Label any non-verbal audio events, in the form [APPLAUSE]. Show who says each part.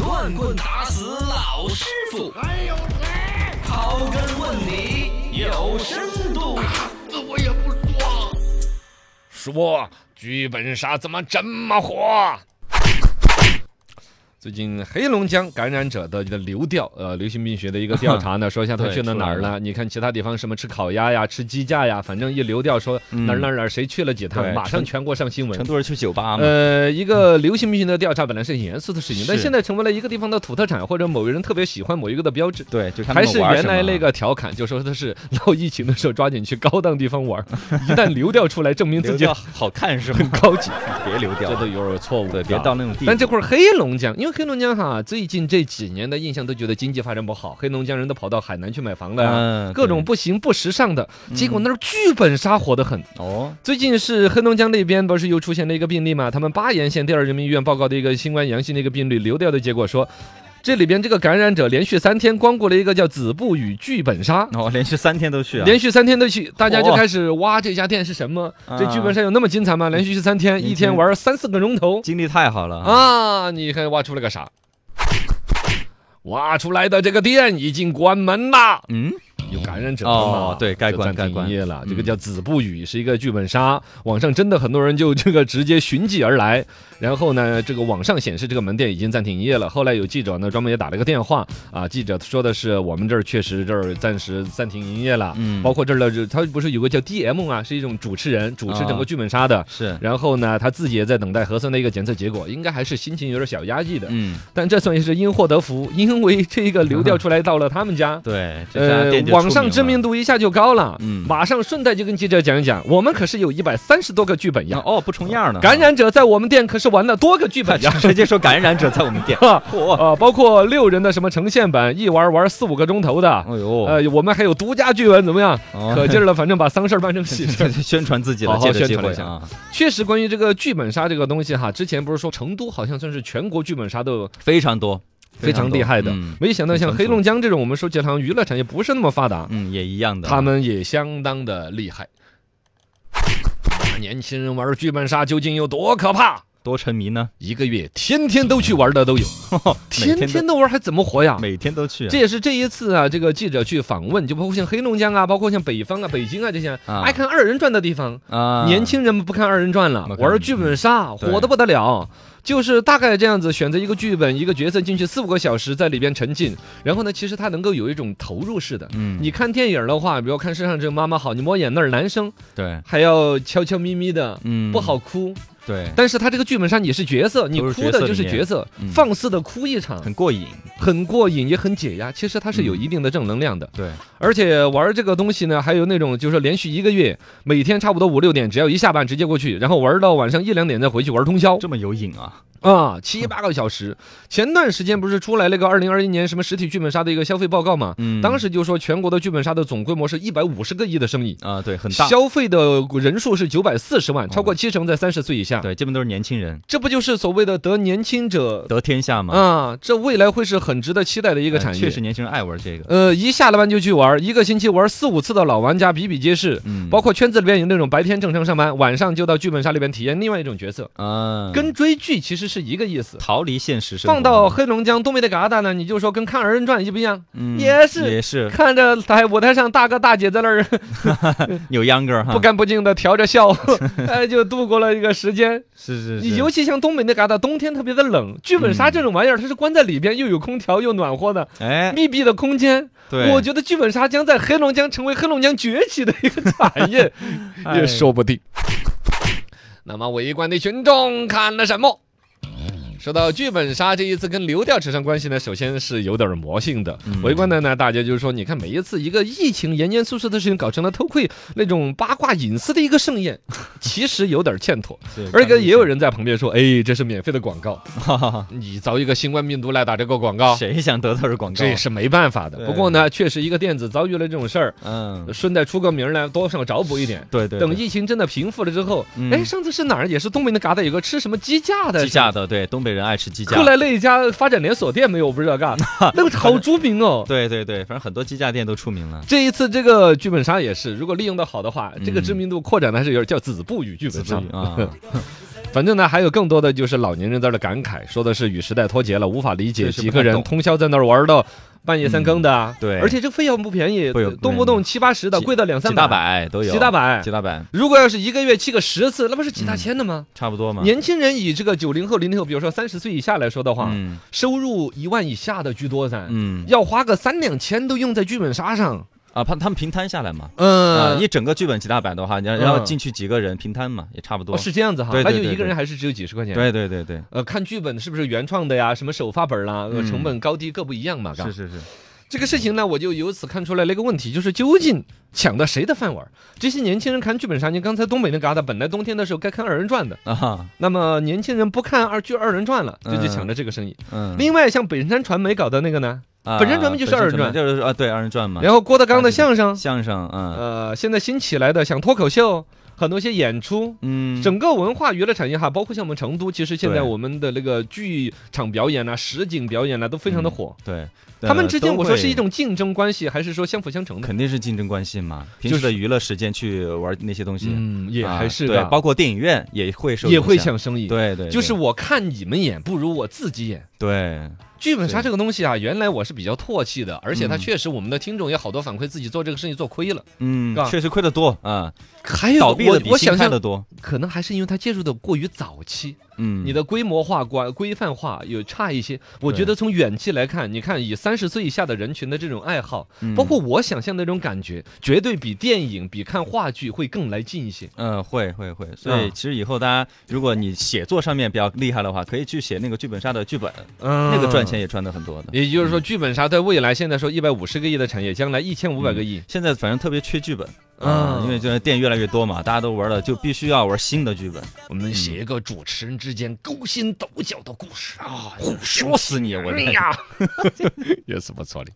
Speaker 1: 乱棍打死老师傅，还有谁？刨根问底有深度。
Speaker 2: 那我也不说。
Speaker 3: 说剧本杀怎么这么火？最近黑龙江感染者的流调，呃，流行病学的一个调查呢，说一下他
Speaker 4: [LAUGHS] 对
Speaker 3: 去了哪儿
Speaker 4: 出来
Speaker 3: 了。你看其他地方什么吃烤鸭呀、吃鸡架呀，反正一流调说哪儿哪儿哪儿谁去了几趟，
Speaker 4: 嗯对
Speaker 3: 马上
Speaker 4: 成
Speaker 3: 全国上新闻
Speaker 4: 成。都人去酒吧嘛？
Speaker 3: 呃，一个流行病学的调查本来是很严肃的事情，但
Speaker 4: 是
Speaker 3: 现在成为了一个地方的土特产，或者某个人特别喜欢某一个的标志。
Speaker 4: 对，就看他
Speaker 3: 还
Speaker 4: 们
Speaker 3: 是
Speaker 4: 玩
Speaker 3: 原
Speaker 4: 什
Speaker 3: 来
Speaker 4: 么啊
Speaker 3: 那个调侃，就说他是 [LAUGHS] 闹疫情的时候抓紧去高档地方
Speaker 4: [LAUGHS]
Speaker 3: 玩儿，一旦流调出来，证明自
Speaker 4: 流
Speaker 3: 己
Speaker 4: 掉好看是吗？
Speaker 3: 很高级，
Speaker 4: [LAUGHS] 别流掉
Speaker 3: 这
Speaker 4: 了，
Speaker 3: 都有点错误。
Speaker 4: 对，别到。那种地步。
Speaker 3: 但这会儿黑龙江，因为黑龙江哈，最近这几年的印象都觉得经济发展不好，黑龙江人都跑到海南去买房了呀，
Speaker 4: 嗯，
Speaker 3: 各种
Speaker 4: 对
Speaker 3: 不行不时尚的，结果那儿剧本杀火得很。
Speaker 4: 哦，
Speaker 3: 最近是黑龙江那边不是又出现了一个病例嘛？他们巴彦县第二人民医院报告的一个新冠阳性的一个病例，流调的结果说，这里边这个感染者连续三天光顾了一个叫子不语剧本杀。
Speaker 4: 哦，连续三天都去啊，
Speaker 3: 连续三天都去，大家就
Speaker 4: 嚯
Speaker 3: 开始挖这家店是什么？这
Speaker 4: 啊嗯
Speaker 3: 剧本杀有那么精彩吗？连续去三天，一天玩三四个钟头
Speaker 4: 精力太好了。
Speaker 3: 啊！你看挖出了个啥？挖出来的这个店已经关门啦。
Speaker 4: 嗯，
Speaker 3: 有感染者的
Speaker 4: 哦
Speaker 3: 嘛
Speaker 4: 对该关
Speaker 3: 就暂停
Speaker 4: 该关
Speaker 3: 营业了。
Speaker 4: 嗯
Speaker 3: 这个叫子不语，是一个剧本杀，网上真的很多人就这个直接寻迹而来。然后呢，这个网上显示这个门店已经暂停营业了。后来有记者呢专门也打了个电话啊，记者说的是我们这儿确实这儿暂时暂停营业了，
Speaker 4: 嗯
Speaker 3: 包括这儿的他不是有个叫 DM 啊，是一种主持人主持整个
Speaker 4: 啊
Speaker 3: 剧本杀的。
Speaker 4: 是，
Speaker 3: 然后呢，他自己也在等待核酸的一个检测结果，应该还是心情有点小压抑的。
Speaker 4: 嗯，
Speaker 3: 但这算也是因祸得福，因为这个流调出来到了他们家，
Speaker 4: 嗯对，这家
Speaker 3: 呃
Speaker 4: 店，就
Speaker 3: 网
Speaker 4: 出
Speaker 3: 上知名
Speaker 4: 了
Speaker 3: 度一下就高了。
Speaker 4: 嗯
Speaker 3: 马上顺带就跟记者讲一讲，我们可是有一百三十多个剧本呀，
Speaker 4: 哦，不重样呢。。
Speaker 3: 感染者在我们店可是玩了多个剧本呀
Speaker 4: [LAUGHS] 直接说感染者在我们
Speaker 3: [LAUGHS]
Speaker 4: 店。
Speaker 3: 哈
Speaker 4: 嚯，
Speaker 3: 啊，包括六人的什么呈现版，一玩玩四五个钟头的。
Speaker 4: 哎呦，
Speaker 3: 呃，我们还有独家剧本，怎么样？
Speaker 4: 哦 [LAUGHS]
Speaker 3: 可劲儿了，反正把丧事儿办成喜事儿。
Speaker 4: 宣传自己了，
Speaker 3: 好好
Speaker 4: 借着
Speaker 3: 宣
Speaker 4: 机
Speaker 3: 传
Speaker 4: 会
Speaker 3: 一下
Speaker 4: 啊，
Speaker 3: 确实，关于这个剧本杀这个东西哈，之前不是说成都好像算是全国剧本杀都
Speaker 4: 非常多，
Speaker 3: 非常厉害的
Speaker 4: 嗯，
Speaker 3: 没想到像黑龙江这种我们说起来好像娱乐产业不是那么发达，
Speaker 4: 嗯，也一样的。
Speaker 3: 他们也相当的厉害。年轻人玩剧本杀究竟有多可怕？
Speaker 4: 多沉迷呢，
Speaker 3: 一个月天天都去玩的都有，
Speaker 4: 每
Speaker 3: 天
Speaker 4: 天
Speaker 3: 天都玩还怎么活呀
Speaker 4: 都？每天都去啊。
Speaker 3: 这也是这一次啊，这个记者去访问，就包括像黑龙江啊，包括像北方啊、北京啊这些
Speaker 4: 啊
Speaker 3: 爱看二人转的地方，
Speaker 4: 啊，
Speaker 3: 哎年轻人们不看二人转了
Speaker 4: 不，看嗯
Speaker 3: 玩剧本杀
Speaker 4: 对
Speaker 3: 火的不得了。就是大概这样子，选择一个剧本、一个角色进去四五个小时，在里边沉浸。然后呢，其实他能够有一种投入式的。
Speaker 4: 嗯
Speaker 3: 你看电影的话，比如看《世上只有妈妈好》，你摸眼那儿男生
Speaker 4: 对，
Speaker 3: 还要悄悄咪咪的，
Speaker 4: 嗯，
Speaker 3: 不好，哭。
Speaker 4: 对，
Speaker 3: 但是他这个剧本杀你是角色，你
Speaker 4: 都是
Speaker 3: 哭
Speaker 4: 角色
Speaker 3: 的就是
Speaker 4: 里面
Speaker 3: 角色
Speaker 4: 嗯，
Speaker 3: 放肆的哭一场，
Speaker 4: 很过瘾。
Speaker 3: 很过瘾，也很解压。其实它是有
Speaker 4: 嗯
Speaker 3: 一定的正能量的。
Speaker 4: 对，
Speaker 3: 而且玩这个东西呢，还有那种就是说连续一个月，每天差不多五六点，只要一下班直接过去，然后玩到晚上一两点再回去玩通宵
Speaker 4: 这么有瘾啊？
Speaker 3: 啊，七八个小时。前段时间不是出来那个二零二一年什么实体剧本杀的一个消费报告嘛？
Speaker 4: 嗯
Speaker 3: 当时就说全国的剧本杀的总规模是一百五十个亿的生意，
Speaker 4: 啊，对，很大。
Speaker 3: 消费的人数是九百四十万，超过七成在三十岁以下。
Speaker 4: 对，这嗯边都是年轻人，
Speaker 3: 这不就是所谓的得年轻者
Speaker 4: 得天下嘛。
Speaker 3: 啊？这未来会是很值得期待的一
Speaker 4: 一
Speaker 3: 个产业。
Speaker 4: 确实年轻人爱玩这个。
Speaker 3: 呃，一下了班就去玩儿，一个星期玩儿四五次的老玩家比比皆是。
Speaker 4: 嗯
Speaker 3: 包括圈子里边有那种白天正常上班，晚上就到剧本杀里边体验另外一种角色，
Speaker 4: 啊，
Speaker 3: 跟追剧其实是一个意思。
Speaker 4: 逃离现实生活
Speaker 3: 放到黑龙江东北的旮瘩呢，你就说跟看《二人转》一不一样，
Speaker 4: 嗯
Speaker 3: 也是
Speaker 4: 也是
Speaker 3: 看着台舞台上大哥大姐在
Speaker 4: [LAUGHS]
Speaker 3: 那儿
Speaker 4: 有秧歌儿哈，
Speaker 3: 不干不净的调着
Speaker 4: [LAUGHS]
Speaker 3: 笑，哎，就度过了一个时间。
Speaker 4: 是是
Speaker 3: 你
Speaker 4: 是，
Speaker 3: 尤其像东北那旮瘩，冬天特别的冷，剧本杀这种玩意儿，它是关在里边，又有空调又暖和的
Speaker 4: 哎，
Speaker 3: 密闭的空间，
Speaker 4: 对，，
Speaker 3: 我觉得剧本杀将在黑龙江成为黑龙江崛起的一个产业
Speaker 4: 哎
Speaker 3: 也说不定。那么围观的群众看了什么？说到剧本杀这一次跟流调扯上关系呢，首先是有点魔性的。
Speaker 4: 嗯
Speaker 3: 围观的呢，大家就是说，你看每一次一个疫情严严肃肃的事情搞成了偷窥那种八卦隐私的一个盛
Speaker 4: [LAUGHS]
Speaker 3: 宴，其实有点欠妥。
Speaker 4: 是
Speaker 3: 而且也有
Speaker 4: 看
Speaker 3: 人在旁边说：“哎，这是免费的广告，
Speaker 4: 不起哈哈哈
Speaker 3: 你造一个新冠病毒来打这个广告，
Speaker 4: 谁想得到 [LAUGHS] 是广告啊
Speaker 3: 这？也是没办法的。
Speaker 4: 对
Speaker 3: 不过呢，确实一个店子遭遇了这种事儿，
Speaker 4: 嗯，
Speaker 3: 顺带出个名儿呢，多少找补一点。
Speaker 4: 对对，
Speaker 3: 等
Speaker 4: 对
Speaker 3: 疫情真的平复了之后
Speaker 4: 嗯，
Speaker 3: 哎，上次是哪儿？也是东北那旮瘩有个吃什么鸡架的，
Speaker 4: 鸡架。的，对，东北人爱吃鸡架
Speaker 3: 后。来那一家发展连锁店没有，我不知道
Speaker 4: [LAUGHS]
Speaker 3: 干，那个好出名哦。
Speaker 4: 对对对，反正很多鸡架店都出名了。
Speaker 3: 这一次这个剧本杀也是，如果利用的好的话，这个
Speaker 4: 嗯
Speaker 3: 知名度扩展的还是有点叫子不语剧
Speaker 4: 自
Speaker 3: 本
Speaker 4: 制
Speaker 3: 杀
Speaker 4: 语。啊，
Speaker 3: 反正呢，还有更多的就是老年人在这感慨，说的是与时代脱节了，无法理解
Speaker 4: 确实
Speaker 3: 几
Speaker 4: 不
Speaker 3: 个
Speaker 4: 太
Speaker 3: 人
Speaker 4: 懂
Speaker 3: 通宵在那儿玩到半夜三更的啊。
Speaker 4: 嗯对
Speaker 3: 而且这费用不便宜
Speaker 4: 不有，
Speaker 3: 动不动七八十的，
Speaker 4: 几
Speaker 3: 贵到两三
Speaker 4: 几大百都有，
Speaker 3: 几大百
Speaker 4: 几大百，
Speaker 3: 如果要是一个月去个十次，那不是几大
Speaker 4: 嗯
Speaker 3: 千的吗？
Speaker 4: 差不多嘛。
Speaker 3: 年轻人以这个九零后、零零后，比如说三十岁以下来说的话，
Speaker 4: 嗯
Speaker 3: 收入一万以下的居多噻。
Speaker 4: 嗯
Speaker 3: 要花个三两千都用在剧本杀上，
Speaker 4: 啊，他他们平摊下来嘛。啊，
Speaker 3: 嗯，
Speaker 4: 一整个剧本几大百的话，你要要
Speaker 3: 嗯
Speaker 4: 进去几个人平摊嘛，也差不多
Speaker 3: 哦。是这样子哈，
Speaker 4: 对
Speaker 3: 那
Speaker 4: 对
Speaker 3: 就
Speaker 4: 对
Speaker 3: 一个人
Speaker 4: 对
Speaker 3: 还是只有几十块钱。
Speaker 4: 对对对对，
Speaker 3: 呃，看剧本是不是原创的呀？什么首发本啦，呃
Speaker 4: 嗯
Speaker 3: 成本高低各不一样嘛。嘎
Speaker 4: 是是是，
Speaker 3: 这个事情呢，我就由此看出来了一个问题，就是究竟抢到谁的饭碗儿？这些年轻人看剧本杀，你刚才东北那旮沓，本来冬天的时候该看二人转的，
Speaker 4: 啊，
Speaker 3: 那么年轻人不看二剧二人转了，这就抢着这个生意。
Speaker 4: 嗯，
Speaker 3: 另外，像本山传媒搞的那个呢，
Speaker 4: 啊
Speaker 3: 本身传媒就是
Speaker 4: 本
Speaker 3: 二
Speaker 4: 身
Speaker 3: 人转
Speaker 4: 就是啊，对二人转嘛。
Speaker 3: 然后郭德纲的相声，
Speaker 4: 相声，嗯
Speaker 3: 呃，现在新起来的像脱口秀，很多些演出，
Speaker 4: 嗯，
Speaker 3: 整个文化娱乐产业哈，包括像我们成都，其实现在
Speaker 4: 对
Speaker 3: 我们的那个剧场表演呐、啊实景表演呐、都非常的火。
Speaker 4: 对，
Speaker 3: 他们
Speaker 4: 呃
Speaker 3: 之间，
Speaker 4: 都
Speaker 3: 我说
Speaker 4: 会
Speaker 3: 是一种竞争关系，还是说相辅相成的？
Speaker 4: 肯定是竞争关系嘛，平
Speaker 3: 就
Speaker 4: 时的娱乐时间去玩那些东西，
Speaker 3: 嗯，也
Speaker 4: 啊
Speaker 3: 还是
Speaker 4: 对
Speaker 3: 的，，
Speaker 4: 包括电影院也会受
Speaker 3: 也
Speaker 4: 影
Speaker 3: 会
Speaker 4: 响，
Speaker 3: 抢生意。，
Speaker 4: 对对，
Speaker 3: 就是
Speaker 4: 对
Speaker 3: 我看你们演，不如我自己演。
Speaker 4: 对，
Speaker 3: 剧本杀
Speaker 4: 是
Speaker 3: 这个东西啊，原来我是比较唾弃的，而且它
Speaker 4: 嗯
Speaker 3: 确实我们的听众也好多反馈自己做这个生意做亏了，
Speaker 4: 嗯
Speaker 3: 是吧，
Speaker 4: 确实亏得多啊，
Speaker 3: 还有
Speaker 4: 倒闭
Speaker 3: 我
Speaker 4: 的比
Speaker 3: 我
Speaker 4: 新
Speaker 3: 想
Speaker 4: 开
Speaker 3: 象
Speaker 4: 的多，
Speaker 3: 可能还是因为它介入的过于早期，
Speaker 4: 嗯，
Speaker 3: 你的规模化、管规范化有差一些。我觉
Speaker 4: 对
Speaker 3: 得从远期来看，你看以三十岁以下的人群的这种爱好，
Speaker 4: 嗯
Speaker 3: 包括我想象的那种感觉，绝对比电影、比看话剧会更来劲一些。
Speaker 4: 嗯，会会会，所以
Speaker 3: 嗯
Speaker 4: 其实以后大家，如果你写作上面比较厉害的话，可以去写那个剧本杀的剧本，
Speaker 3: 嗯
Speaker 4: 那个赚钱。也赚的很多的。
Speaker 3: 也就是嗯说，剧本杀在未来现在说一百五十个亿的产业，将来一千五百个亿。
Speaker 4: 现在反正特别缺剧本
Speaker 3: 啊
Speaker 4: 啊，因为这店越来越多嘛，大家都玩了，就必须要玩新的剧本
Speaker 3: 我们写一个主持人之间勾心斗角的故事啊， [LAUGHS]
Speaker 4: 啊，说死你！我的
Speaker 3: 哎呀，也是不错的。